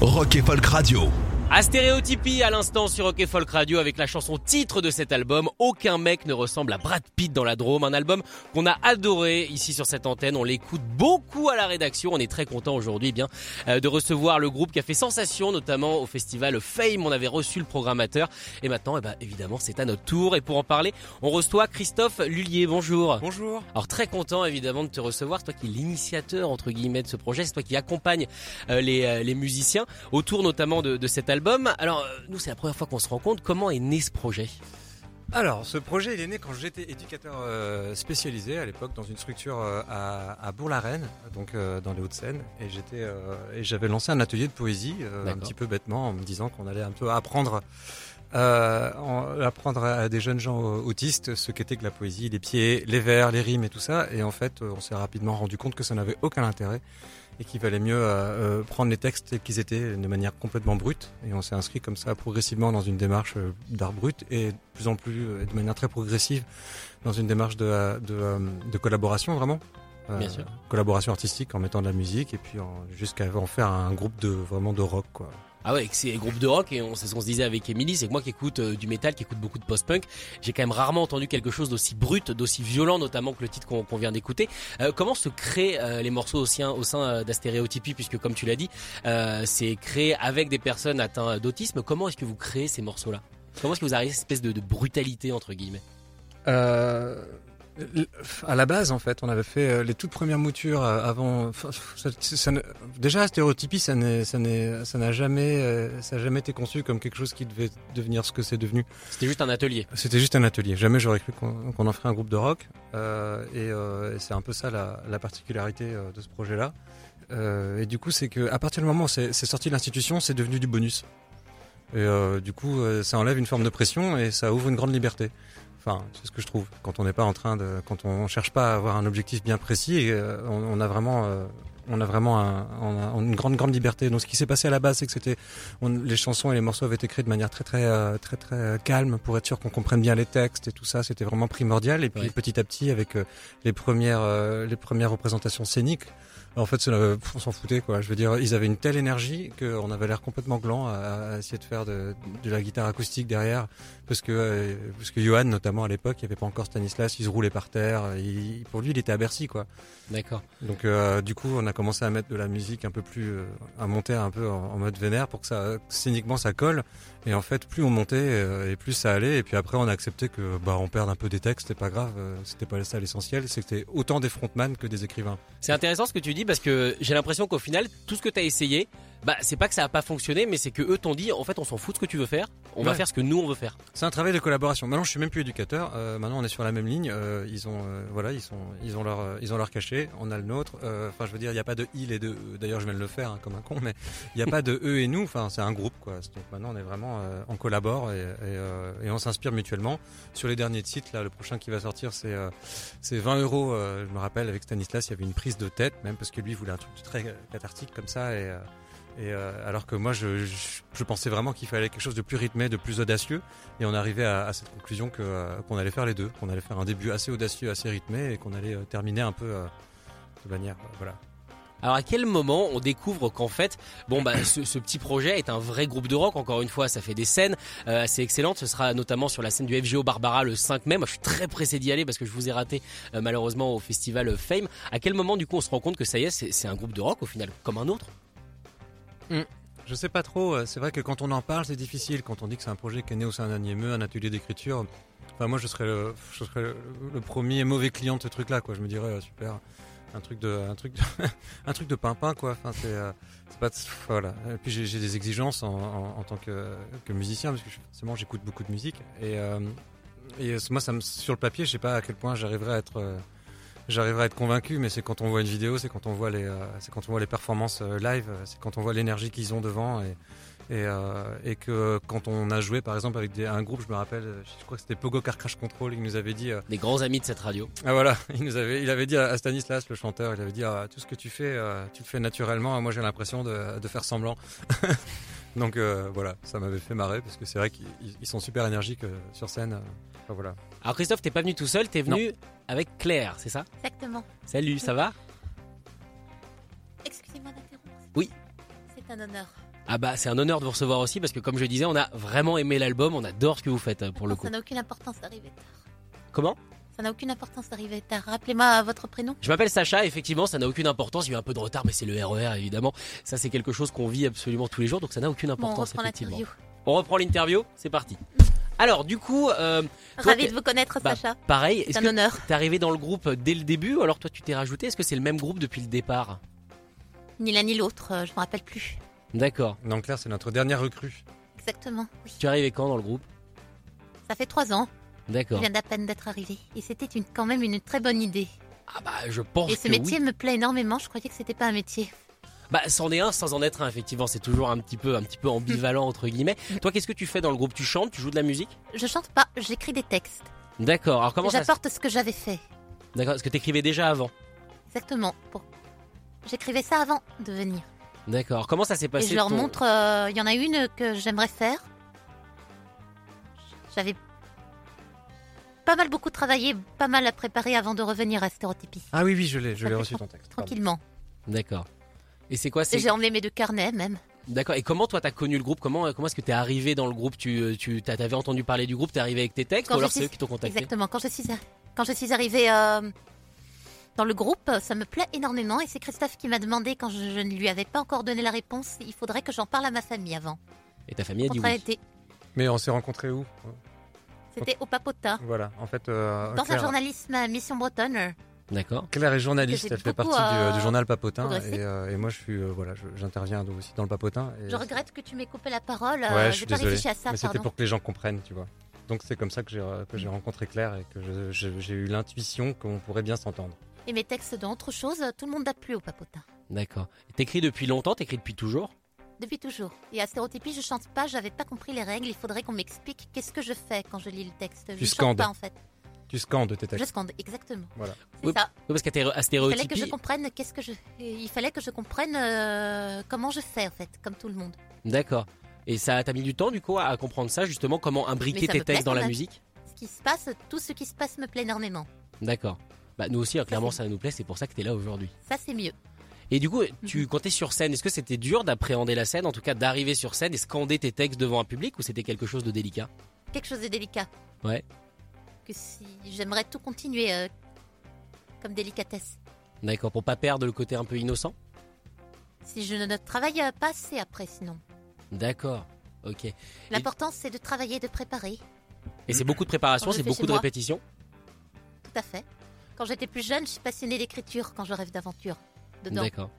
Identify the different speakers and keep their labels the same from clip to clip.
Speaker 1: Rock et Folk Radio.
Speaker 2: À Stéréotypie à l'instant sur Rock Folk Radio avec la chanson titre de cet album Aucun mec ne ressemble à Brad Pitt dans la Drôme, un album qu'on a adoré ici sur cette antenne, on l'écoute beaucoup à la rédaction, on est très content aujourd'hui eh bien euh, de recevoir le groupe qui a fait sensation notamment au festival Fame, on avait reçu le programmateur et maintenant eh ben, évidemment c'est à notre tour et pour en parler, on reçoit Christophe Lullier. Bonjour.
Speaker 3: Bonjour.
Speaker 2: Alors très content évidemment de te recevoir, c'est toi qui es l'initiateur entre guillemets de ce projet, c'est toi qui accompagne euh, les, euh, les musiciens autour notamment de, de cet album. Alors euh, nous c'est la première fois qu'on se rend compte comment est né ce projet.
Speaker 3: Alors, ce projet, il est né quand j'étais éducateur euh, spécialisé à l'époque dans une structure euh, à, à Bourg-la-Reine, donc euh, dans les Hauts-de-Seine, et j'étais euh, et j'avais lancé un atelier de poésie euh, un
Speaker 2: D'accord.
Speaker 3: petit peu bêtement en me disant qu'on allait un peu apprendre euh, en- apprendre à des jeunes gens au- autistes ce qu'était que la poésie, les pieds, les vers, les rimes et tout ça. Et en fait, euh, on s'est rapidement rendu compte que ça n'avait aucun intérêt et qu'il valait mieux euh, euh, prendre les textes tels qu'ils étaient de manière complètement brute. Et on s'est inscrit comme ça progressivement dans une démarche euh, d'art brut et de plus en plus, euh, de manière très progressive, dans une démarche de, euh, de, euh, de collaboration vraiment. Euh,
Speaker 2: Bien sûr.
Speaker 3: Collaboration artistique en mettant de la musique et puis en- jusqu'à en faire un groupe de vraiment de rock quoi.
Speaker 2: Ah ouais, que c'est un groupe de rock et on, c'est ce qu'on se disait avec Emily, c'est que moi qui écoute euh, du métal, qui écoute beaucoup de post-punk, j'ai quand même rarement entendu quelque chose d'aussi brut, d'aussi violent notamment que le titre qu'on qu'on vient d'écouter. Euh, comment se créent euh, les morceaux au sein, au sein euh, d'Astéréotypie puisque comme tu l'as dit, euh, c'est créé avec des personnes atteintes d'autisme. Comment est-ce que vous créez ces morceaux-là Comment est-ce que vous arrivez à cette espèce de, de brutalité entre guillemets
Speaker 3: Euh, l- à la base, en fait, on avait fait euh, les toutes premières moutures euh, avant. enfin, ça- ça ne- déjà, stéréotypie, ça n'est- ça n'est- ça n'a jamais, euh, ça a jamais été conçu comme quelque chose qui devait devenir ce que c'est devenu.
Speaker 2: C'était juste un atelier.
Speaker 3: C'était juste un atelier. Jamais j'aurais cru qu'on qu'on en ferait un groupe de rock. Euh, et euh, et c'est un peu ça la, la particularité euh, de ce projet-là. Euh, et du coup, c'est que à partir du moment où c'est c'est sorti de l'institution, c'est devenu du bonus. Et euh, du coup, euh, ça enlève une forme de pression et ça ouvre une grande liberté. Enfin, c'est ce que je trouve. Quand on n'est pas en train de, quand on cherche pas à avoir un objectif bien précis, et, euh, on, on a vraiment, euh, on a vraiment un- on a une grande grande liberté. Donc, ce qui s'est passé à la base, c'est que c'était on- les chansons et les morceaux avaient été écrits de manière très très euh, très très, euh, calme pour être sûr qu'on comprenne bien les textes et tout ça. C'était vraiment primordial. Et puis
Speaker 2: Ouais.
Speaker 3: petit à petit, avec euh, les premières euh, les premières représentations scéniques, en fait, ça, euh, pff, on s'en foutait quoi. Je veux dire, ils avaient une telle énergie qu'on avait l'air complètement gland à, à essayer de faire de, de la guitare acoustique derrière, parce que euh, parce que Johan notamment à l'époque, il n'y avait pas encore Stanislas, il se roulait par terre. Il- pour lui, il était à Bercy quoi.
Speaker 2: D'accord.
Speaker 3: Donc euh, du coup, on a commencé à mettre de la musique un peu plus, euh, à monter un peu en, en mode vénère pour que ça, scéniquement, ça colle. Et en fait, plus on montait euh, et plus ça allait. Et puis après, on a accepté que bah on perde un peu des textes, c'était pas grave, euh, c'était pas ça l'essentiel. C'était autant des frontman que des écrivains.
Speaker 2: C'est intéressant ce que tu dis parce que j'ai l'impression qu'au final, tout ce que tu as essayé, bah, c'est pas que ça a pas fonctionné, mais c'est que eux t'ont dit, en fait, on s'en fout de ce que tu veux faire, on va
Speaker 3: Ouais.
Speaker 2: faire ce que nous on veut faire.
Speaker 3: C'est un travail de collaboration. Maintenant, je suis même plus éducateur. Euh, maintenant, on est sur la même ligne. Euh, ils ont, euh, voilà, ils sont, ils ont leur, euh, ils ont leur cachet. On a le nôtre. Euh, Enfin, je veux dire, il n'y a pas de il et de. eux. D'ailleurs, je viens de le faire hein, comme un con, mais il n'y a pas de eux et nous. Enfin, c'est un groupe, quoi. Donc maintenant, on est vraiment, euh, on collabore et, et, euh, et on s'inspire mutuellement. Sur les derniers titres, là, le prochain qui va sortir, c'est, euh, c'est 20 euros. euh, je me rappelle avec Stanislas, il y avait une prise de tête, même parce que lui voulait un truc très euh, cathartique comme ça et. euh, et euh, alors que moi, je, je, je pensais vraiment qu'il fallait quelque chose de plus rythmé, de plus audacieux. Et on arrivait à, à cette conclusion que, euh, qu'on allait faire les deux, qu'on allait faire un début assez audacieux, assez rythmé, et qu'on allait euh, terminer un peu euh, de manière, euh, voilà.
Speaker 2: Alors à quel moment on découvre qu'en fait, bon bah ce, ce petit projet est un vrai groupe de rock. Encore une fois, ça fait des scènes euh, assez excellentes. Ce sera notamment sur la scène du FGO Barbara le 5 mai. Moi, je suis très pressé d'y aller parce que je vous ai raté euh, malheureusement au festival euh, Fame. À quel moment du coup on se rend compte que ça y est, c'est c'est un groupe de rock au final, comme un autre
Speaker 3: Je sais pas trop. euh, C'est vrai que quand on en parle, c'est difficile. Quand on dit que c'est un projet qui est né au sein d'un IME, un atelier d'écriture. Enfin, moi, je serais le, je serais le- le premier mauvais client de ce truc-là, quoi. Je me dirais, euh, super, un truc de, un truc de, un truc de pimpin, quoi. Enfin, c'est, euh, c'est pas, voilà. Et puis, j'ai j'ai des exigences en, en- en tant que, que musicien, parce que je- forcément, j'écoute beaucoup de musique. Et, euh, et euh, moi, ça me, sur le papier, je sais pas à quel point j'arriverai à être, euh, j'arriverai à être convaincu, mais c'est quand on voit une vidéo, c'est quand on voit les, euh, c'est quand on voit les performances euh, live, euh, c'est quand on voit l'énergie qu'ils ont devant et et, euh, et que euh, quand on a joué par exemple avec des- un groupe, je me rappelle, euh, je crois que c'était Pogo Car Crash Control, il nous avait dit, euh,
Speaker 2: Des grands amis de cette radio.
Speaker 3: ah voilà, il nous avait, il avait dit à à Stanislas, le chanteur, il avait dit ah, tout ce que tu fais, euh, tu le fais naturellement. Moi, j'ai l'impression de, de faire semblant. Donc euh, voilà, ça m'avait fait marrer parce que c'est vrai qu'ils ils sont super énergiques euh, sur scène. Enfin, voilà.
Speaker 2: Alors Christophe, t'es pas venu tout seul, t'es venu avec Claire, c'est ça
Speaker 4: Exactement.
Speaker 2: Salut, ça va
Speaker 4: Excusez-moi d'interrompre.
Speaker 2: Oui.
Speaker 4: C'est un honneur.
Speaker 2: Ah bah c'est un honneur de vous recevoir aussi parce que comme je disais, on a vraiment aimé l'album, on adore ce que vous faites euh, pour le
Speaker 4: Non,
Speaker 2: coup.
Speaker 4: Ça n'a aucune importance d'arriver tard.
Speaker 2: Comment
Speaker 4: Ça n'a aucune importance d'arriver tard. Rappelez-moi votre prénom.
Speaker 2: Je m'appelle Sacha, effectivement, ça n'a aucune importance, il y a eu un peu de retard mais c'est le RER évidemment. Ça c'est quelque chose qu'on vit absolument tous les jours donc ça n'a aucune
Speaker 4: Bon, on
Speaker 2: importance
Speaker 4: reprend
Speaker 2: effectivement.
Speaker 4: l'interview. Mm.
Speaker 2: On reprend l'interview, c'est parti. Alors du coup, euh, Toi,
Speaker 4: Ravi
Speaker 2: t'es-
Speaker 4: de vous connaître,
Speaker 2: bah,
Speaker 4: Sacha.
Speaker 2: pareil,
Speaker 4: C'est
Speaker 2: est-ce
Speaker 4: un
Speaker 2: que
Speaker 4: honneur.
Speaker 2: t'es arrivé dans le groupe dès le début ou alors toi tu t'es rajouté Est-ce que c'est le même groupe depuis le départ
Speaker 4: Ni l'un ni l'autre, euh, je ne me rappelle plus.
Speaker 2: D'accord.
Speaker 3: Donc Claire, c'est notre dernière recrue.
Speaker 4: Exactement. Oui.
Speaker 2: Tu es arrivé quand dans le groupe
Speaker 4: Ça fait trois ans. Il
Speaker 2: D'accord.
Speaker 4: vient d'à peine d'être arrivé. Et c'était une, quand même une très bonne idée.
Speaker 2: Ah bah je pense
Speaker 4: Et ce
Speaker 2: que oui.
Speaker 4: métier me plaît énormément. Je croyais que c'était pas un métier.
Speaker 2: Bah, c'en est un sans en être un, effectivement. C'est toujours un petit peu, un petit peu ambivalent, entre guillemets. Toi, qu'est-ce que tu fais dans le groupe Tu chantes, tu joues de la musique
Speaker 4: Je chante pas, j'écris des textes.
Speaker 2: D'accord. Alors, comment ça se-
Speaker 4: J'apporte ce que j'avais fait.
Speaker 2: D'accord. Ce que t'écrivais déjà avant.
Speaker 4: Exactement. Pour... J'écrivais ça avant de venir.
Speaker 2: D'accord. Comment ça s'est
Speaker 4: Et
Speaker 2: passé
Speaker 4: je leur
Speaker 2: ton-
Speaker 4: montre, euh, il y en a une que j'aimerais faire. J'avais pas mal beaucoup travaillé, pas mal à préparer avant de revenir à Stéréotypie.
Speaker 3: Ah oui, oui, je l'ai, je
Speaker 4: Ça
Speaker 3: l'ai
Speaker 4: fait
Speaker 3: reçu
Speaker 4: tran-
Speaker 3: ton texte. Pardon.
Speaker 4: Tranquillement.
Speaker 2: D'accord. Et c'est quoi
Speaker 4: Et
Speaker 2: c'est...
Speaker 4: J'ai emmené mes deux carnets même.
Speaker 2: D'accord. Et comment toi t'as connu le groupe Comment euh, comment est-ce que t'es arrivé dans le groupe Tu euh, tu t'as- t'avais entendu parler du groupe T'es arrivé avec tes textes
Speaker 4: Quand
Speaker 2: ou alors
Speaker 4: j'étais-
Speaker 2: c'est eux qui t'ont contacté
Speaker 4: Exactement. Quand je suis, arri- quand je suis arrivée euh, dans le groupe, ça me plaît énormément. Et c'est Christophe qui m'a demandé, quand je, je ne lui avais pas encore donné la réponse, il faudrait que j'en parle à ma famille avant.
Speaker 2: Et ta famille a dit
Speaker 4: Contrat
Speaker 2: oui.
Speaker 4: été-
Speaker 3: Mais on s'est rencontrés où
Speaker 4: C'était au Papota,
Speaker 3: Voilà. En fait, euh,
Speaker 4: dans un
Speaker 3: Claire,
Speaker 4: journalisme à Mission
Speaker 3: Euh,
Speaker 4: Bretonne.
Speaker 2: D'accord.
Speaker 3: Claire est
Speaker 4: que
Speaker 3: journaliste,
Speaker 4: j'ai
Speaker 3: elle fait
Speaker 4: beaucoup,
Speaker 3: partie du,
Speaker 4: euh,
Speaker 3: du journal Papotin
Speaker 4: progressé.
Speaker 3: et, euh, et moi je suis euh, voilà, je- j'interviens aussi dans le Papotin. et-
Speaker 4: Je regrette que tu m'aies coupé la parole. euh,
Speaker 3: Ouais, je
Speaker 4: j'ai
Speaker 3: suis
Speaker 4: pas
Speaker 3: désolé.
Speaker 4: réfléchi à ça,
Speaker 3: mais c'était
Speaker 4: pardon.
Speaker 3: pour que les gens comprennent, tu vois. Donc c'est comme ça que j'ai euh, que j'ai rencontré Claire et que je- je- j'ai eu l'intuition qu'on pourrait bien s'entendre.
Speaker 4: Et mes textes dans autre chose, tout le monde a plu au papotin.
Speaker 2: D'accord. Et T'écris depuis longtemps. T'écris depuis toujours.
Speaker 4: Depuis toujours. Et à stéréotypie, je chante pas, j'avais pas compris les règles, il faudrait qu'on m'explique qu'est-ce que je fais quand je lis le texte.
Speaker 3: Tu
Speaker 4: je
Speaker 3: scandes.
Speaker 4: chante pas en fait.
Speaker 3: Tu scandes tes
Speaker 4: Je
Speaker 3: textes.
Speaker 4: scande, exactement.
Speaker 3: Voilà.
Speaker 4: C'est
Speaker 2: Oui,
Speaker 4: ça.
Speaker 2: Oui, parce qu'à té- à
Speaker 4: Il fallait que je
Speaker 2: stéréotypie.
Speaker 4: comprenne qu'est-ce que je. Il fallait que je comprenne euh, comment je fais en fait, comme tout le monde.
Speaker 2: D'accord. Et ça t'a mis du temps du coup à, à comprendre ça justement comment imbriquer
Speaker 4: Mais ça
Speaker 2: tes
Speaker 4: me plaît,
Speaker 2: textes dans
Speaker 4: quand
Speaker 2: la
Speaker 4: même.
Speaker 2: musique.
Speaker 4: Ce qui se passe, tout ce qui se passe me plaît énormément.
Speaker 2: D'accord. Bah, nous aussi, hein, clairement,
Speaker 4: c'est
Speaker 2: ça nous plaît, c'est pour ça que t'es là aujourd'hui.
Speaker 4: Ça, c'est mieux.
Speaker 2: Et du coup,
Speaker 4: Mhm.
Speaker 2: tu, quand t'es sur scène, est-ce que c'était dur d'appréhender la scène, en tout cas d'arriver sur scène et scander tes textes devant un public, ou c'était quelque chose de délicat
Speaker 4: Quelque chose de délicat.
Speaker 2: Ouais.
Speaker 4: Que si j'aimerais tout continuer euh, comme délicatesse.
Speaker 2: D'accord, pour pas perdre le côté un peu innocent
Speaker 4: Si je ne travaille euh, pas assez après, sinon.
Speaker 2: D'accord, ok. Et
Speaker 4: L'important, c'est de travailler, de préparer.
Speaker 2: c'est beaucoup de préparation,
Speaker 4: Quand je
Speaker 2: c'est
Speaker 4: fais
Speaker 2: beaucoup
Speaker 4: chez
Speaker 2: de
Speaker 4: moi.
Speaker 2: répétitions
Speaker 4: Tout à fait. Quand j'étais plus jeune, je suis passionnée d'écriture quand je rêve d'aventure. Dedans.
Speaker 2: D'accord.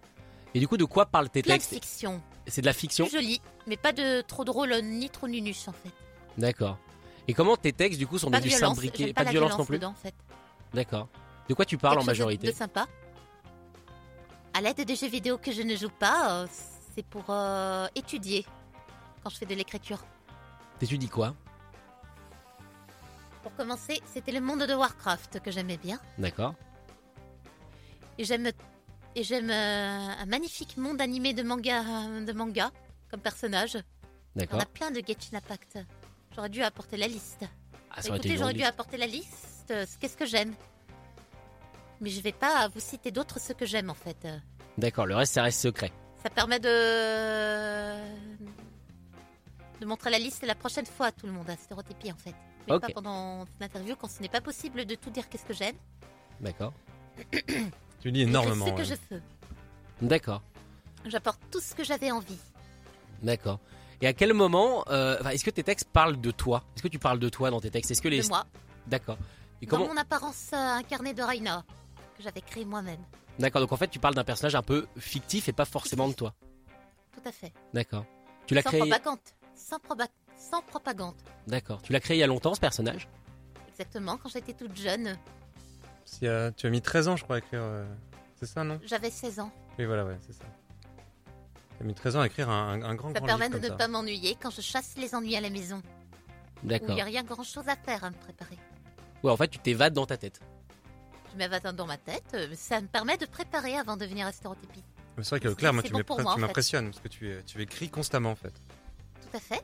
Speaker 2: Et du coup, de quoi parlent tes
Speaker 4: Plein de
Speaker 2: textes
Speaker 4: fiction.
Speaker 2: C'est de la fiction
Speaker 4: Plus jolie, mais pas de trop drôle ni trop nunuche en fait.
Speaker 2: D'accord. Et comment tes textes, du coup, sont
Speaker 4: Pas de
Speaker 2: devenus
Speaker 4: violence.
Speaker 2: s'imbriquer
Speaker 4: J'aime pas,
Speaker 2: de
Speaker 4: la
Speaker 2: violence,
Speaker 4: violence,
Speaker 2: non plus
Speaker 4: dedans en fait.
Speaker 2: D'accord. De quoi tu parles
Speaker 4: Quelque
Speaker 2: en
Speaker 4: chose de-
Speaker 2: majorité
Speaker 4: De, sympa. À l'aide des jeux vidéo que je ne joue pas, euh, c'est pour euh, étudier quand je fais de l'écriture.
Speaker 2: T'étudies quoi
Speaker 4: Pour commencer, c'était le monde de Warcraft que j'aimais bien.
Speaker 2: D'accord.
Speaker 4: Ah, Et j'aime et j'aime euh, un magnifique monde animé de manga de manga comme personnage. On
Speaker 2: D'accord.
Speaker 4: a plein de Genshin Impact. J'aurais dû apporter la liste.
Speaker 2: Ah, ça aurait été
Speaker 4: Écoutez,
Speaker 2: une
Speaker 4: j'aurais
Speaker 2: longue
Speaker 4: dû apporter la liste. euh, Qu'est-ce que j'aime Mais je vais pas vous citer d'autres ce que j'aime en fait. Euh,
Speaker 2: liste. D'accord, le reste, ça reste secret.
Speaker 4: Ça permet de de montrer la liste la prochaine fois à tout le monde à stéréotypie en fait. Mais
Speaker 2: Ok.
Speaker 4: pas pendant l'interview quand ce n'est pas possible de tout dire qu'est-ce que j'aime.
Speaker 2: D'accord.
Speaker 3: Tu lis
Speaker 4: et
Speaker 3: énormément.
Speaker 4: Ce que
Speaker 3: ouais.
Speaker 4: je veux.
Speaker 2: D'accord.
Speaker 4: J'apporte tout ce que j'avais envie.
Speaker 2: D'accord. Et à quel moment, euh, enfin, est-ce que tes textes parlent de toi Est-ce que tu parles de toi dans tes textes Est-ce que les
Speaker 4: De moi.
Speaker 2: D'accord. Et comment
Speaker 4: Dans mon apparence euh, incarnée de Raina que j'avais créée moi-même.
Speaker 2: D'accord. Donc en fait, tu parles d'un personnage un peu fictif et pas forcément de toi.
Speaker 4: Tout à fait.
Speaker 2: D'accord. Tu l'as
Speaker 4: sans
Speaker 2: créé.
Speaker 4: propagande. Sans, proba- sans propagande.
Speaker 2: D'accord. Tu l'as créé il y a longtemps ce personnage.
Speaker 4: Exactement, quand j'étais toute jeune.
Speaker 3: Parce qu'il y a- euh, tu as mis 13 ans, je crois, à écrire. euh, C'est ça, non
Speaker 4: J'avais 16 ans.
Speaker 3: Oui, voilà, ouais, c'est ça. Tu as mis 13 ans à écrire un, un- un grand
Speaker 4: Ça
Speaker 3: grand
Speaker 4: permet
Speaker 3: livre
Speaker 4: de ne
Speaker 3: comme ça.
Speaker 4: pas m'ennuyer quand je chasse les ennuis à la maison. Où il
Speaker 2: D'accord.
Speaker 4: n'y a rien grand chose à faire à me préparer.
Speaker 2: Ouais, en fait, tu t'évades dans ta tête.
Speaker 4: Je mets ça dans ma tête, euh, ça me permet de préparer avant de venir à stéréotypie.
Speaker 3: Mais C'est vrai que
Speaker 4: C'est-
Speaker 3: Claire, moi,
Speaker 4: c'est
Speaker 3: tu
Speaker 4: bon
Speaker 3: m'épre-
Speaker 4: pour moi, en
Speaker 3: tu
Speaker 4: fait.
Speaker 3: m'impressionnes parce que tu, euh, tu écris constamment, en fait.
Speaker 4: Tout à fait.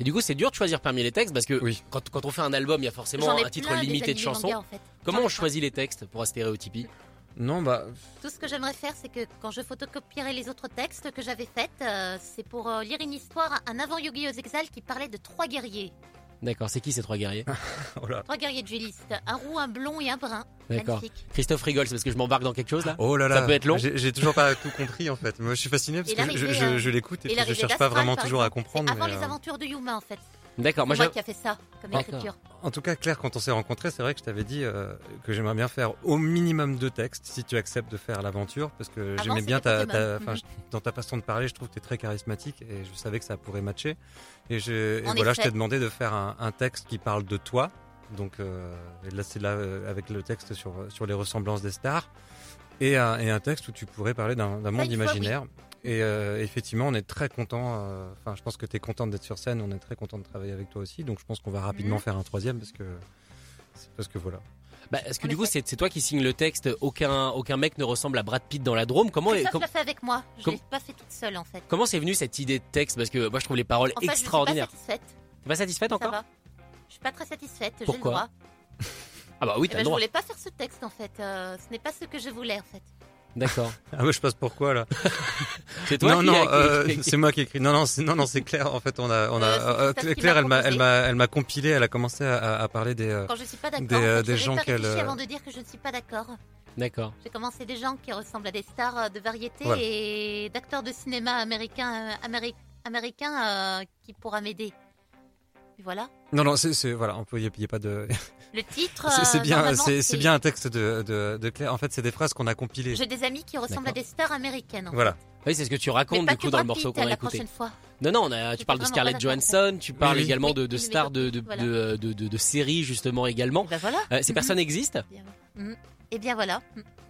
Speaker 2: Et du coup, c'est dur de choisir parmi les textes parce que
Speaker 3: Oui.
Speaker 2: quand, quand on fait un album, il y a forcément
Speaker 4: J'en ai
Speaker 2: un titre
Speaker 4: plein, des
Speaker 2: limité de
Speaker 4: animés
Speaker 2: chansons.
Speaker 4: manga, en fait.
Speaker 2: Comment
Speaker 4: J'en ai
Speaker 2: on
Speaker 4: plein.
Speaker 2: choisit les textes pour Astéréotypie
Speaker 3: Non, bah,
Speaker 4: Tout ce que j'aimerais faire, c'est que quand je photocopierai les autres textes que j'avais faits, euh, c'est pour euh, lire une histoire, un avant Yogi aux Exals qui parlait de trois guerriers.
Speaker 2: D'accord, c'est qui ces trois guerriers
Speaker 4: Ah.
Speaker 3: oh là.
Speaker 4: Trois guerriers duelistes. Un roux, un blond et un brun.
Speaker 2: D'accord.
Speaker 4: Magnifique.
Speaker 2: Christophe rigole, c'est parce que je m'embarque dans quelque chose là
Speaker 3: Oh là
Speaker 2: Ça
Speaker 3: là,
Speaker 2: peut être long.
Speaker 3: J'ai j'ai toujours pas tout compris en fait. Moi, je suis fasciné parce
Speaker 4: Et
Speaker 3: que je,
Speaker 4: l'arrivée,
Speaker 3: je-
Speaker 4: euh,
Speaker 3: je l'écoute et,
Speaker 4: et
Speaker 3: puis je
Speaker 4: l'arrivée
Speaker 3: cherche pas
Speaker 4: d'Astral,
Speaker 3: vraiment
Speaker 4: par
Speaker 3: toujours à
Speaker 4: C'est
Speaker 3: comprendre.
Speaker 4: avant
Speaker 3: mais,
Speaker 4: les
Speaker 3: euh,
Speaker 4: aventures de Yuma, en fait.
Speaker 2: D'accord,
Speaker 4: Moi,
Speaker 2: moi,
Speaker 4: moi
Speaker 2: j'av-
Speaker 4: qui a fait ça comme
Speaker 2: D'accord.
Speaker 4: écriture.
Speaker 3: En tout cas, Claire, quand on s'est rencontrés, c'est vrai que je t'avais dit euh, que j'aimerais bien faire au minimum deux textes si tu acceptes de faire l'aventure parce que
Speaker 4: Avant,
Speaker 3: j'aimais bien
Speaker 4: c'était
Speaker 3: ta,
Speaker 4: Pokémon.
Speaker 3: ta- enfin, je- dans ta façon de parler, je trouve que tu es très charismatique et je savais que ça pourrait matcher. Et, je, et
Speaker 4: En
Speaker 3: voilà,
Speaker 4: effet.
Speaker 3: je t'ai demandé de faire un, un texte qui parle de toi. Donc euh, et là, c'est là euh, avec le texte sur, sur les ressemblances des stars et un, et un texte où tu pourrais parler d'un d'un
Speaker 4: Ça,
Speaker 3: monde
Speaker 4: Bah, une fois, oui.
Speaker 3: imaginaire. Et euh, effectivement, on est très content. euh, Enfin, je pense que tu es contente d'être sur scène. On est très content de travailler avec toi aussi. Donc, je pense qu'on va rapidement
Speaker 4: Mhm.
Speaker 3: faire un troisième parce que c'est parce que voilà.
Speaker 2: bah, est-ce que
Speaker 4: En
Speaker 2: du coup, c'est c'est toi qui signe le texte Aucun, aucun mec ne ressemble à Brad Pitt dans la Drôme. Comment,
Speaker 4: Christophe
Speaker 2: com-
Speaker 4: l'a fait avec moi. Je
Speaker 2: com-
Speaker 4: l'ai pas fait toute seule, en fait.
Speaker 2: comment c'est venu cette idée de texte Parce que moi, je trouve les paroles
Speaker 4: En fait,
Speaker 2: extraordinaires.
Speaker 4: je suis pas satisfaite.
Speaker 2: T'es pas satisfaite
Speaker 4: Ça
Speaker 2: encore
Speaker 4: va. Je suis pas très satisfaite. J'ai le
Speaker 2: Pourquoi
Speaker 4: droit.
Speaker 2: Ah bah oui,
Speaker 4: Eh
Speaker 2: t'as le
Speaker 4: ben, je
Speaker 2: droit.
Speaker 4: voulais pas faire ce texte, en fait. Euh, ce n'est pas ce que je voulais, en fait.
Speaker 2: D'accord.
Speaker 3: Ah ouais, je passe pourquoi là
Speaker 2: C'est toi
Speaker 3: Non,
Speaker 2: qui
Speaker 3: non,
Speaker 2: a-
Speaker 3: euh,
Speaker 2: qui- qui-
Speaker 3: c'est moi qui écris. Non, non, c'est non, non, c'est Claire. En fait, on a, on a
Speaker 4: Euh, c'est
Speaker 3: euh,
Speaker 4: Christophe qui
Speaker 3: Claire.
Speaker 4: m'a
Speaker 3: Elle m'a, elle
Speaker 4: proposé.
Speaker 3: m'a, elle m'a compilé. Elle a commencé à, à- à parler des. euh,
Speaker 4: Quand je suis pas d'accord,
Speaker 3: Des,
Speaker 4: en fait,
Speaker 3: euh,
Speaker 4: je
Speaker 3: des
Speaker 4: vais
Speaker 3: gens
Speaker 4: pas
Speaker 3: qu'elle,
Speaker 4: réfléchir
Speaker 3: euh,
Speaker 4: avant de dire que je ne suis pas d'accord.
Speaker 2: D'accord.
Speaker 4: J'ai commencé des gens qui ressemblent à des stars euh, de variété
Speaker 3: Voilà.
Speaker 4: et d'acteurs de cinéma américains, euh, améri- américains euh, qui pourra m'aider. Et Voilà.
Speaker 3: Non, non, c'est, c'est voilà. On peut y y a pas de.
Speaker 4: Le titre.
Speaker 3: C'est, c'est
Speaker 4: euh,
Speaker 3: bien,
Speaker 4: normalement,
Speaker 3: c'est, c'est bien un texte de, de, de Claire. En fait, c'est des phrases qu'on a compilées.
Speaker 4: J'ai des amis qui ressemblent à des stars américaines. en fait.
Speaker 3: Voilà.
Speaker 2: Oui, c'est ce que tu
Speaker 4: Mais
Speaker 2: racontes
Speaker 4: pas
Speaker 2: du coup
Speaker 4: que
Speaker 2: dans le
Speaker 4: Brad Pitt,
Speaker 2: morceau qu'on a
Speaker 4: La
Speaker 2: écouté.
Speaker 4: prochaine fois.
Speaker 2: Non, non, on a- tu
Speaker 4: J'étais
Speaker 2: parles de
Speaker 4: vraiment
Speaker 2: Scarlett
Speaker 4: pas d'accord, en fait.
Speaker 2: Johnson, tu parles
Speaker 3: Oui, oui.
Speaker 2: également
Speaker 4: Oui,
Speaker 2: de, de
Speaker 4: oui,
Speaker 2: stars de, de,
Speaker 4: voilà.
Speaker 2: de, de- de- de séries justement également.
Speaker 4: Et ben voilà.
Speaker 2: Euh, ces
Speaker 4: Mhm.
Speaker 2: personnes existent
Speaker 4: Et Eh bien voilà.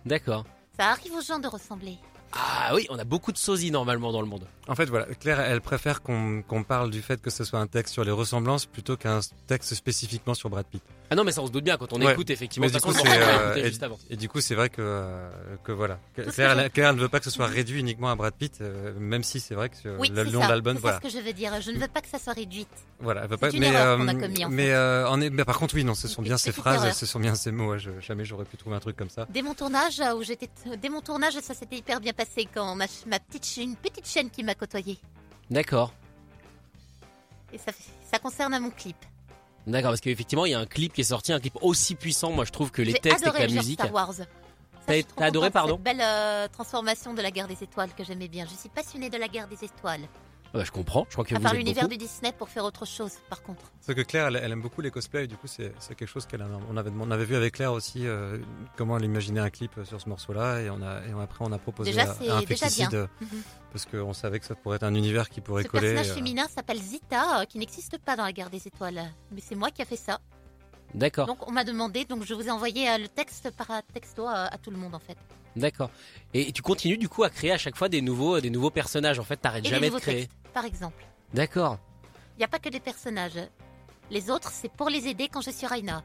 Speaker 2: D'accord.
Speaker 4: Ça arrive aux gens de ressembler.
Speaker 2: Ah oui, on a beaucoup de sosies normalement dans le monde.
Speaker 3: En fait, voilà, Claire, elle préfère qu'on qu'on parle du fait que ce soit un texte sur les ressemblances plutôt qu'un texte spécifiquement sur Brad Pitt.
Speaker 2: Ah non, mais ça on se doute bien quand on
Speaker 3: Ouais.
Speaker 2: écoute effectivement.
Speaker 3: Mais
Speaker 2: De
Speaker 3: du
Speaker 2: toute façon,
Speaker 3: coup,
Speaker 2: le
Speaker 3: c'est,
Speaker 2: morceau, on l'a
Speaker 3: euh,
Speaker 2: écouté
Speaker 3: et-
Speaker 2: juste avant.
Speaker 3: Et du coup, c'est vrai que, euh, que voilà. Que-
Speaker 4: Tout ce
Speaker 3: Claire,
Speaker 4: que
Speaker 3: elle, Claire, elle ne veut pas que ce soit réduit uniquement à Brad Pitt, euh, même si c'est vrai que
Speaker 2: Euh,
Speaker 3: sur
Speaker 4: Oui,
Speaker 3: le
Speaker 4: c'est
Speaker 3: long
Speaker 4: ça.
Speaker 3: de l'album,
Speaker 4: C'est
Speaker 3: voilà.
Speaker 4: ça ce que je veux dire. Je ne veux pas que ça soit réduite.
Speaker 3: voilà elle veut
Speaker 4: c'est
Speaker 3: pas,
Speaker 4: une
Speaker 3: mais,
Speaker 4: erreur qu'on a commis, en
Speaker 3: mais, euh, en est- mais par contre, oui, non, ce sont
Speaker 4: Une
Speaker 3: bien ces
Speaker 4: petite
Speaker 3: phrases,
Speaker 4: erreur.
Speaker 3: ce sont bien ces mots. ouais, je- jamais j'aurais pu trouver un truc comme ça.
Speaker 4: Dès mon tournage, euh, où j'étais, dès mon tournage, ça s'était hyper bien passé quand ma, ch- ma petite, ch- une petite chaîne qui m'a côtoyée.
Speaker 2: D'accord.
Speaker 4: Et ça, fait- ça concerne à mon clip.
Speaker 2: D'accord, parce qu'effectivement, il y a un clip qui est sorti, un clip aussi puissant, moi je trouve que les
Speaker 4: J'ai
Speaker 2: textes et que
Speaker 4: adoré
Speaker 2: la
Speaker 4: le genre
Speaker 2: musique.
Speaker 4: Star Wars. Ça,
Speaker 2: T'as-
Speaker 4: je suis trop
Speaker 2: t'as adoré,
Speaker 4: contente de
Speaker 2: pardon
Speaker 4: Cette belle euh, transformation de la guerre des étoiles que j'aimais bien. Je suis passionnée de la guerre des étoiles.
Speaker 2: Ah bah, je comprends, je crois que
Speaker 4: à
Speaker 2: vous
Speaker 4: part
Speaker 2: êtes
Speaker 4: l'univers
Speaker 2: beaucoup.
Speaker 4: de Disney pour faire autre chose, par contre.
Speaker 3: Parce que Claire, elle, elle aime beaucoup les cosplays, du coup, c'est c'est quelque chose qu'elle a- on avait, demandé- on avait vu avec Claire aussi, euh, comment elle imaginait un clip euh, sur ce morceau-là, et, on a- et on- après, on a proposé
Speaker 4: Déjà,
Speaker 3: un-
Speaker 4: c'est
Speaker 3: un
Speaker 4: déjà
Speaker 3: pesticide,
Speaker 4: bien.
Speaker 3: euh,
Speaker 4: Mhm.
Speaker 3: parce qu'on savait que ça pourrait être un univers qui pourrait
Speaker 4: Ce
Speaker 3: coller.
Speaker 4: personnage
Speaker 3: euh,
Speaker 4: féminin s'appelle Zita, euh, qui n'existe pas dans la guerre des étoiles. Mais c'est moi qui a fait ça.
Speaker 2: D'accord,
Speaker 4: Donc on m'a demandé, donc je vous ai envoyé euh, le texte par euh, texto à, à tout le monde en fait.
Speaker 2: d'accord. Et tu continues du coup à créer à chaque fois des nouveaux, des nouveaux personnages. En fait, t'arrêtes
Speaker 4: Et les
Speaker 2: jamais de
Speaker 4: nouveaux
Speaker 2: créer.
Speaker 4: textes, par exemple.
Speaker 2: D'accord.
Speaker 4: Il n'y a pas que des personnages. Les autres, c'est pour les aider quand je suis Raina.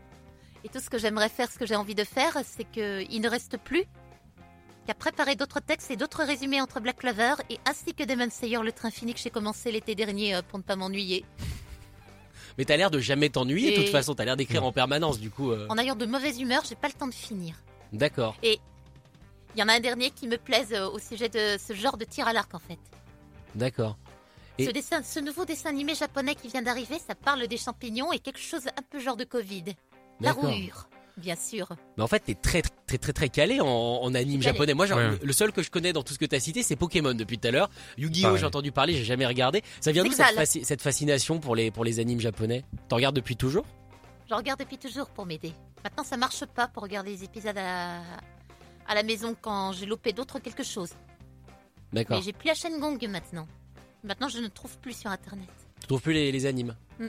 Speaker 4: Et tout ce que j'aimerais faire, ce que j'ai envie de faire, c'est qu'il ne reste plus qu'à préparer d'autres textes et d'autres résumés entre Black Clover et ainsi que Demon Slayer, le train fini que j'ai commencé l'été dernier euh, pour ne pas m'ennuyer,
Speaker 2: Mais t'as l'air de jamais t'ennuyer de
Speaker 4: Et-
Speaker 2: toute façon, t'as l'air d'écrire en permanence du coup. euh,
Speaker 4: en ayant de mauvaise humeur, j'ai pas le temps de finir.
Speaker 2: D'accord.
Speaker 4: Il y en a un dernier qui me plaise euh, au sujet de ce genre de tir à l'arc en fait.
Speaker 2: D'accord. Et-
Speaker 4: Ce, dessin, ce nouveau dessin animé japonais qui vient d'arriver, ça parle des champignons et quelque chose un peu genre de Covid. La
Speaker 2: D'accord.
Speaker 4: rouure, bien sûr.
Speaker 2: Mais Bah, en fait, t'es très, très, très, très calé en, en anime
Speaker 4: Calé.
Speaker 2: japonais. Moi, genre,
Speaker 3: Ouais.
Speaker 2: le- le seul que je connais dans tout ce que t'as cité, c'est Pokémon depuis tout à l'heure. Yu-Gi-Oh,
Speaker 3: Pareil.
Speaker 2: j'ai entendu parler, j'ai jamais regardé. Ça vient d'où cette,
Speaker 4: Exal.
Speaker 2: faci- cette fascination pour les, pour les animes japonais T'en regardes depuis toujours
Speaker 4: Je regarde depuis toujours pour m'aider. Maintenant, ça marche pas pour regarder les épisodes à, à la maison quand j'ai loupé d'autres quelque chose. Mais
Speaker 2: D'accord.
Speaker 4: j'ai plus la chaîne Gong maintenant. Maintenant, je ne trouve plus sur Internet.
Speaker 2: Tu trouves plus les, les animes
Speaker 4: Mm.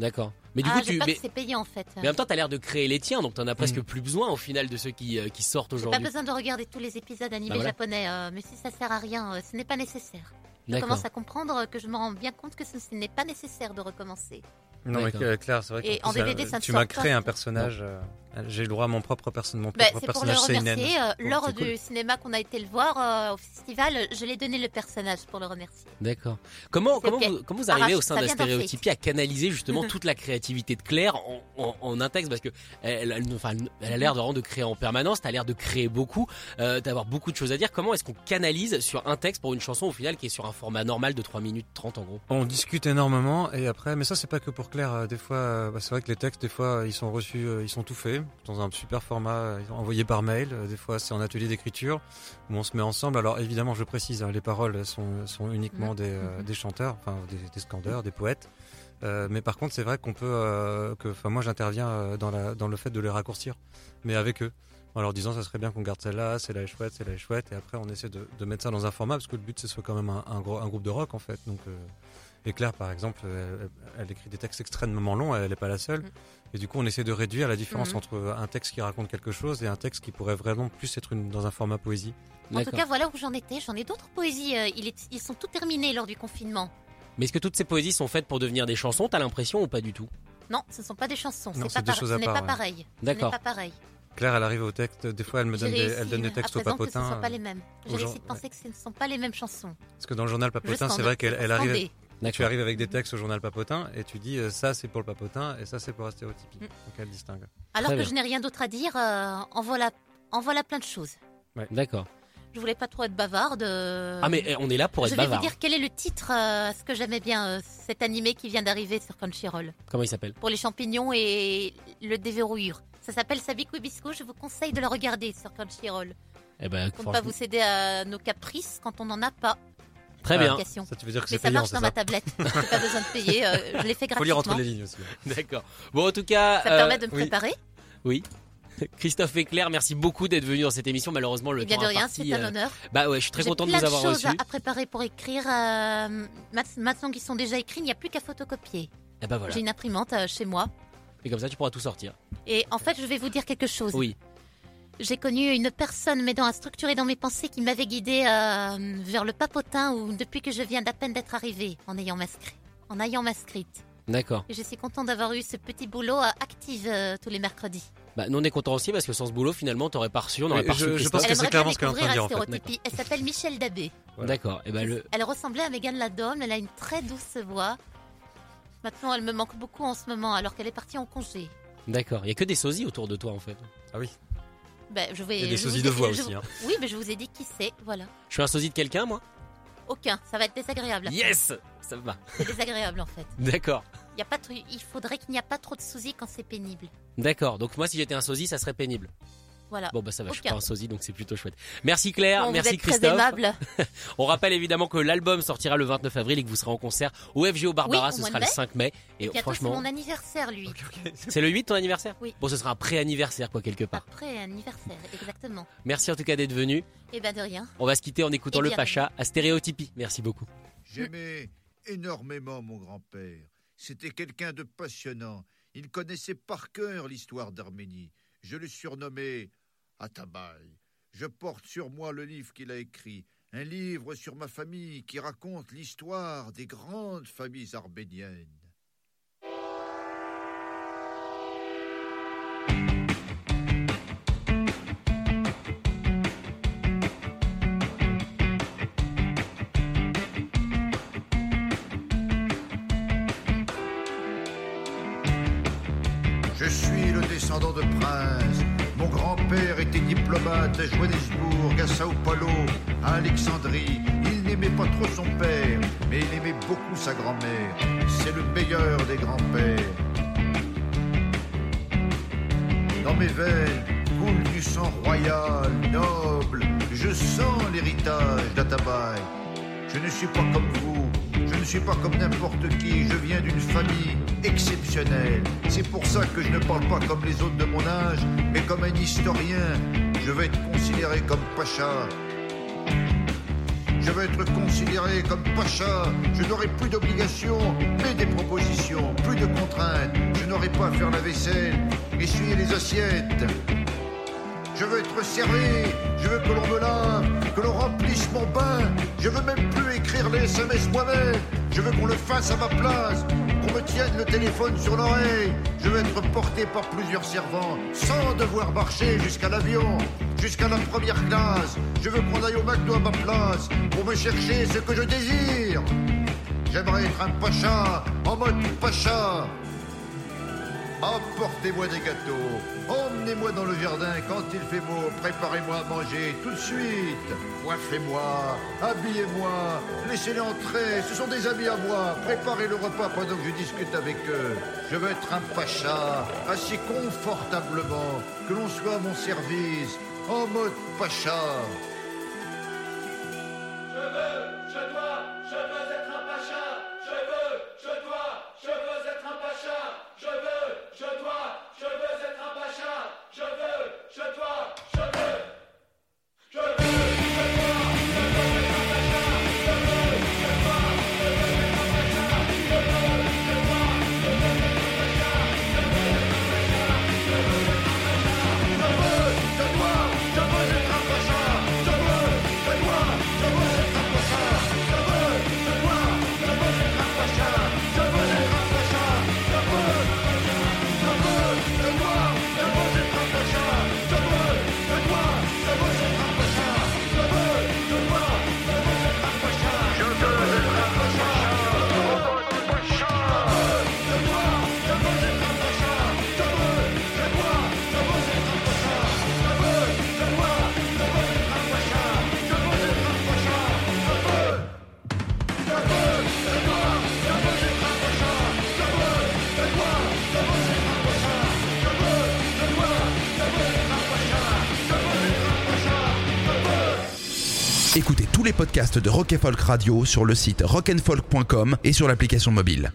Speaker 2: D'accord. Mais du
Speaker 4: ah,
Speaker 2: coup,
Speaker 4: j'ai
Speaker 2: tu.
Speaker 4: pas
Speaker 2: Mais,
Speaker 4: que c'est payé en fait.
Speaker 2: mais en même temps, t'as l'air de créer les tiens, donc t'en as
Speaker 3: Mm.
Speaker 2: presque plus besoin au final de ceux qui, euh, qui sortent
Speaker 4: J'ai pas
Speaker 2: aujourd'hui.
Speaker 4: besoin de regarder tous les épisodes animés
Speaker 2: Bah voilà.
Speaker 4: japonais, euh, mais si ça sert à rien, euh, ce n'est pas nécessaire. Je
Speaker 2: D'accord.
Speaker 4: commence à comprendre que je me rends bien compte que ce, ce n'est pas nécessaire de recommencer.
Speaker 3: Non, mais
Speaker 2: D'accord.
Speaker 3: euh, Claire, c'est vrai
Speaker 4: Et
Speaker 3: que
Speaker 4: en DVD, ça ne
Speaker 3: tu
Speaker 4: sort
Speaker 3: m'as
Speaker 4: pas.
Speaker 3: créé un personnage. euh, J'ai le droit à mon propre, perso- mon
Speaker 4: Bah,
Speaker 3: propre
Speaker 4: c'est pour le
Speaker 3: personnage, c'est une
Speaker 4: remercier. euh,
Speaker 3: Bon,
Speaker 4: lors
Speaker 3: c'est
Speaker 4: du
Speaker 3: cool.
Speaker 4: cinéma qu'on a été le voir euh, au festival, je l'ai donné le personnage pour le remercier.
Speaker 2: D'accord. Comment,
Speaker 4: C'est
Speaker 2: comment,
Speaker 4: ok.
Speaker 2: vous, comment vous arrivez
Speaker 4: Arrache,
Speaker 2: au sein
Speaker 4: ça
Speaker 2: de la
Speaker 4: vient d'Arte.
Speaker 2: stéréotypie à canaliser justement toute la créativité de Claire en, en- en un texte Parce que elle, elle- enfin, elle a l'air de, vraiment de créer en permanence, t'as l'air de créer beaucoup, euh, d'avoir beaucoup de choses à dire. Comment est-ce qu'on canalise sur un texte pour une chanson au final qui est sur un format normal de 3 minutes 30 en gros
Speaker 3: On discute énormément et après, mais ça c'est pas que pour Claire. euh, Des fois, euh, bah, c'est vrai que les textes, des fois, euh, ils sont reçus, euh, ils sont tout faits dans un super format, euh, ils sont envoyés par mail. euh, Des fois, c'est en atelier d'écriture où on se met ensemble. Alors évidemment, je précise, hein, les paroles sont, sont uniquement des, euh,
Speaker 4: Mhm.
Speaker 3: des chanteurs, enfin des, des scandeurs, des poètes. Euh, mais par contre, c'est vrai qu'on peut, euh, que, enfin moi, j'interviens euh, dans, la- dans le fait de les raccourcir, mais avec eux. En leur disant, ça serait bien qu'on garde celle-là, celle-là est chouette, celle-là est chouette, et après on essaie de, de mettre ça dans un format, parce que le but c'est soit quand même un, un gros, un groupe de rock en fait. Donc euh, et Claire, par exemple, elle, elle écrit des textes extrêmement longs, elle n'est pas la seule.
Speaker 4: Mm.
Speaker 3: Et du coup, on essaie de réduire la différence
Speaker 4: Mhm.
Speaker 3: entre un texte qui raconte quelque chose et un texte qui pourrait vraiment plus être une- dans un format poésie.
Speaker 4: En tout cas, voilà où j'en étais. J'en ai d'autres poésies. euh, il est- ils sont tous terminés lors du confinement.
Speaker 2: Mais est-ce que toutes ces poésies sont faites pour devenir des chansons T'as l'impression ou pas du tout
Speaker 4: Non, ce ne sont pas des chansons.
Speaker 3: Non,
Speaker 4: c'est
Speaker 3: c'est
Speaker 4: pas
Speaker 3: deux
Speaker 4: par-
Speaker 3: choses
Speaker 4: ce
Speaker 3: à
Speaker 4: n'est
Speaker 3: part,
Speaker 4: pas
Speaker 3: ouais.
Speaker 4: pareil. Ce n'est
Speaker 2: D'accord.
Speaker 4: pas pareil.
Speaker 3: Claire, elle arrive au texte, des fois elle me
Speaker 4: J'ai
Speaker 3: donne des,
Speaker 4: réussi
Speaker 3: elle donne des
Speaker 4: à
Speaker 3: textes au
Speaker 4: présent Que ce ne
Speaker 3: papotin.
Speaker 4: sont pas les mêmes. J'ai
Speaker 3: aux gens-
Speaker 4: réussi de penser que ce ne sont pas les mêmes chansons.
Speaker 3: Parce que dans le journal
Speaker 4: Je
Speaker 3: papotin, c'est
Speaker 4: scandais,
Speaker 3: vrai qu'elle
Speaker 4: je
Speaker 3: elle arrive,
Speaker 4: scandais.
Speaker 3: tu arrives avec des textes au journal papotin et tu dis euh, ça c'est pour le papotin et ça c'est pour la stéréotypie.
Speaker 4: Mm.
Speaker 3: Donc elle distingue.
Speaker 4: Alors
Speaker 2: Très
Speaker 4: que
Speaker 2: bien.
Speaker 4: je n'ai rien d'autre à dire, euh, en, voilà, en voilà plein de choses.
Speaker 2: D'accord.
Speaker 4: Je voulais pas trop être bavarde. euh,
Speaker 2: Ah mais eh, on est là pour
Speaker 4: je
Speaker 2: être
Speaker 4: vais
Speaker 2: bavard.
Speaker 4: vous dire quel est le titre, euh, ce que j'aimais bien, euh, cet animé qui vient d'arriver sur Crunchyroll,
Speaker 2: Comment il s'appelle
Speaker 4: pour les champignons et le déverrouillure. Ça s'appelle Sabiku Hibisco, je vous conseille de le regarder sur Crunchyroll,
Speaker 2: Eh ben,
Speaker 4: pour ne
Speaker 2: franchement-
Speaker 4: pas vous céder à nos caprices quand on n'en a pas.
Speaker 2: Très
Speaker 3: Ah,
Speaker 2: Eh bien.
Speaker 4: Application.
Speaker 3: Ça tu veux dire que
Speaker 4: Mais
Speaker 3: c'est
Speaker 4: ça
Speaker 3: payant,
Speaker 4: marche
Speaker 3: c'est
Speaker 4: dans
Speaker 3: ça
Speaker 4: ma tablette, j'ai pas besoin de payer, euh, je l'ai fait
Speaker 3: Faut lire entre
Speaker 4: gratuitement.
Speaker 3: les lignes aussi. hein.
Speaker 2: D'accord. Bon, en tout cas,
Speaker 4: Ça
Speaker 2: euh,
Speaker 4: permet de me
Speaker 3: oui.
Speaker 4: préparer.
Speaker 2: Christophe et Claire, merci beaucoup d'être venus dans cette émission. Malheureusement, le
Speaker 4: Bien
Speaker 2: temps
Speaker 4: de
Speaker 2: est
Speaker 4: rien,
Speaker 2: parti,
Speaker 4: c'est un
Speaker 2: euh,
Speaker 4: honneur.
Speaker 2: Bah ouais, je suis très
Speaker 4: J'ai
Speaker 2: content de
Speaker 4: plein
Speaker 2: vous avoir
Speaker 4: choses
Speaker 2: reçus.
Speaker 4: à préparer pour écrire. euh, mat- maintenant qu'ils sont déjà écrits, il n'y a plus qu'à photocopier.
Speaker 2: Et bah voilà.
Speaker 4: J'ai une imprimante euh, chez moi.
Speaker 2: Et comme ça, tu pourras tout sortir.
Speaker 4: Et en fait, je vais vous dire quelque chose.
Speaker 2: Oui.
Speaker 4: J'ai connu une personne m'aidant à structurer dans mes pensées qui m'avait guidée euh, vers le papotin où, depuis que je viens d'à peine d'être arrivée, en ayant m'inscrit. En ayant m'inscrite.
Speaker 2: D'accord.
Speaker 4: Et je suis contente d'avoir eu ce petit boulot euh, active euh, tous les mercredis.
Speaker 2: Bah, nous on est contents aussi parce que sans ce boulot, finalement, t'aurais pas reçu, on n'aurait
Speaker 3: Oui,
Speaker 2: pas reçu
Speaker 3: je- je
Speaker 2: Christophe.
Speaker 3: pense que
Speaker 4: Elle
Speaker 3: c'est
Speaker 4: aimerait
Speaker 3: clairement
Speaker 4: bien
Speaker 3: ce qu'elle est en train
Speaker 4: découvrir
Speaker 3: de
Speaker 4: la
Speaker 3: dire, en fait.
Speaker 4: stéréotypie. Elle s'appelle Michel Dabé.
Speaker 3: Voilà.
Speaker 2: D'accord. Et bah le.
Speaker 4: Elle ressemblait à Mégane Ladome, elle a une très douce voix. Maintenant, elle me manque beaucoup en ce moment, alors qu'elle est partie en congé.
Speaker 2: D'accord. Il y a que des sosies autour de toi en fait.
Speaker 4: Ben, je vais,
Speaker 3: Il y a des
Speaker 4: je vous
Speaker 3: sosies
Speaker 4: ai-
Speaker 3: de voix
Speaker 4: je-
Speaker 3: aussi. hein.
Speaker 4: Oui, mais je vous ai dit qui c'est, voilà.
Speaker 2: Je suis un sosie de quelqu'un, moi
Speaker 4: Aucun, ça va être désagréable.
Speaker 2: Yes Ça va.
Speaker 4: C'est désagréable en fait.
Speaker 2: D'accord.
Speaker 4: Il Y a pas trop- il faudrait qu'il n'y a pas trop de soucis quand c'est pénible.
Speaker 2: D'accord. Donc moi, si j'étais un sosie, ça serait pénible.
Speaker 4: Voilà.
Speaker 2: Bon, bah ça va, je suis
Speaker 4: Ah, Aucun.
Speaker 2: pas un sosie, donc c'est plutôt chouette. Merci Claire,
Speaker 4: Bon, vous
Speaker 2: merci
Speaker 4: êtes très
Speaker 2: Christophe.
Speaker 4: aimable.
Speaker 2: On rappelle évidemment que l'album sortira le 29 avril et que vous serez en concert au FGO Barbara,
Speaker 4: Oui, au
Speaker 2: ce
Speaker 4: mois
Speaker 2: sera
Speaker 4: de
Speaker 2: le
Speaker 4: mai.
Speaker 2: 5 mai. Et
Speaker 4: Bientôt, c'est
Speaker 2: franchement,
Speaker 4: mon anniversaire, lui.
Speaker 2: c'est le 8 ton anniversaire
Speaker 4: Oui.
Speaker 2: Bon, ce sera un pré-anniversaire, quoi, quelque part.
Speaker 4: Après anniversaire, exactement.
Speaker 2: Merci en tout cas d'être venu.
Speaker 4: Et ben de rien.
Speaker 2: On va se quitter en écoutant
Speaker 4: Ah. Eh
Speaker 2: le
Speaker 4: bien.
Speaker 2: Pacha à Stéréotypie. Merci beaucoup.
Speaker 5: J'aimais énormément mon grand-père. C'était quelqu'un de passionnant. Il connaissait par cœur l'histoire d'Arménie. Je le surnommais Atabaï. Je porte sur moi le livre qu'il a écrit, un livre sur ma famille qui raconte l'histoire des grandes familles arméniennes. Je suis le descendant de prince. Mon grand-père était diplomate à Johannesburg, à Sao Paulo, à Alexandrie. Il n'aimait pas trop son père, mais il aimait beaucoup sa grand-mère. C'est le meilleur des grands-pères. Dans mes veines coule du sang royal, noble. Je sens l'héritage d'Atabaï. Je ne suis pas comme vous. Je ne suis pas comme n'importe qui. Je viens d'une famille exceptionnelle. C'est pour ça que je ne parle pas comme les autres de mon âge, mais comme un historien. Je vais être considéré comme pacha. Je veux être considéré comme pacha. Je n'aurai plus d'obligations, mais des propositions, plus de contraintes. Je n'aurai pas à faire la vaisselle, essuyer les assiettes. Je veux être servi, je veux que l'on me lave, que l'on remplisse mon bain. Je veux même plus écrire les SMS moi-même. Je veux qu'on le fasse à ma place, qu'on me tienne le téléphone sur l'oreille. Je veux être porté par plusieurs servants, sans devoir marcher jusqu'à l'avion, jusqu'à la première classe. Je veux qu'on aille au McDo à ma place, pour me chercher ce que je désire. J'aimerais être un pacha, en mode pacha. Apportez-moi des gâteaux, emmenez-moi dans le jardin quand il fait beau, préparez-moi à manger tout de suite, coiffez-moi, habillez-moi, laissez-les entrer, ce sont des amis à moi, préparez le repas pendant que je discute avec eux. Je veux être un pacha, assis confortablement, que l'on soit à mon service, en mode pacha.
Speaker 1: Écoutez tous les podcasts de Rock et Folk Radio sur le site rockandfolk.com et sur l'application mobile.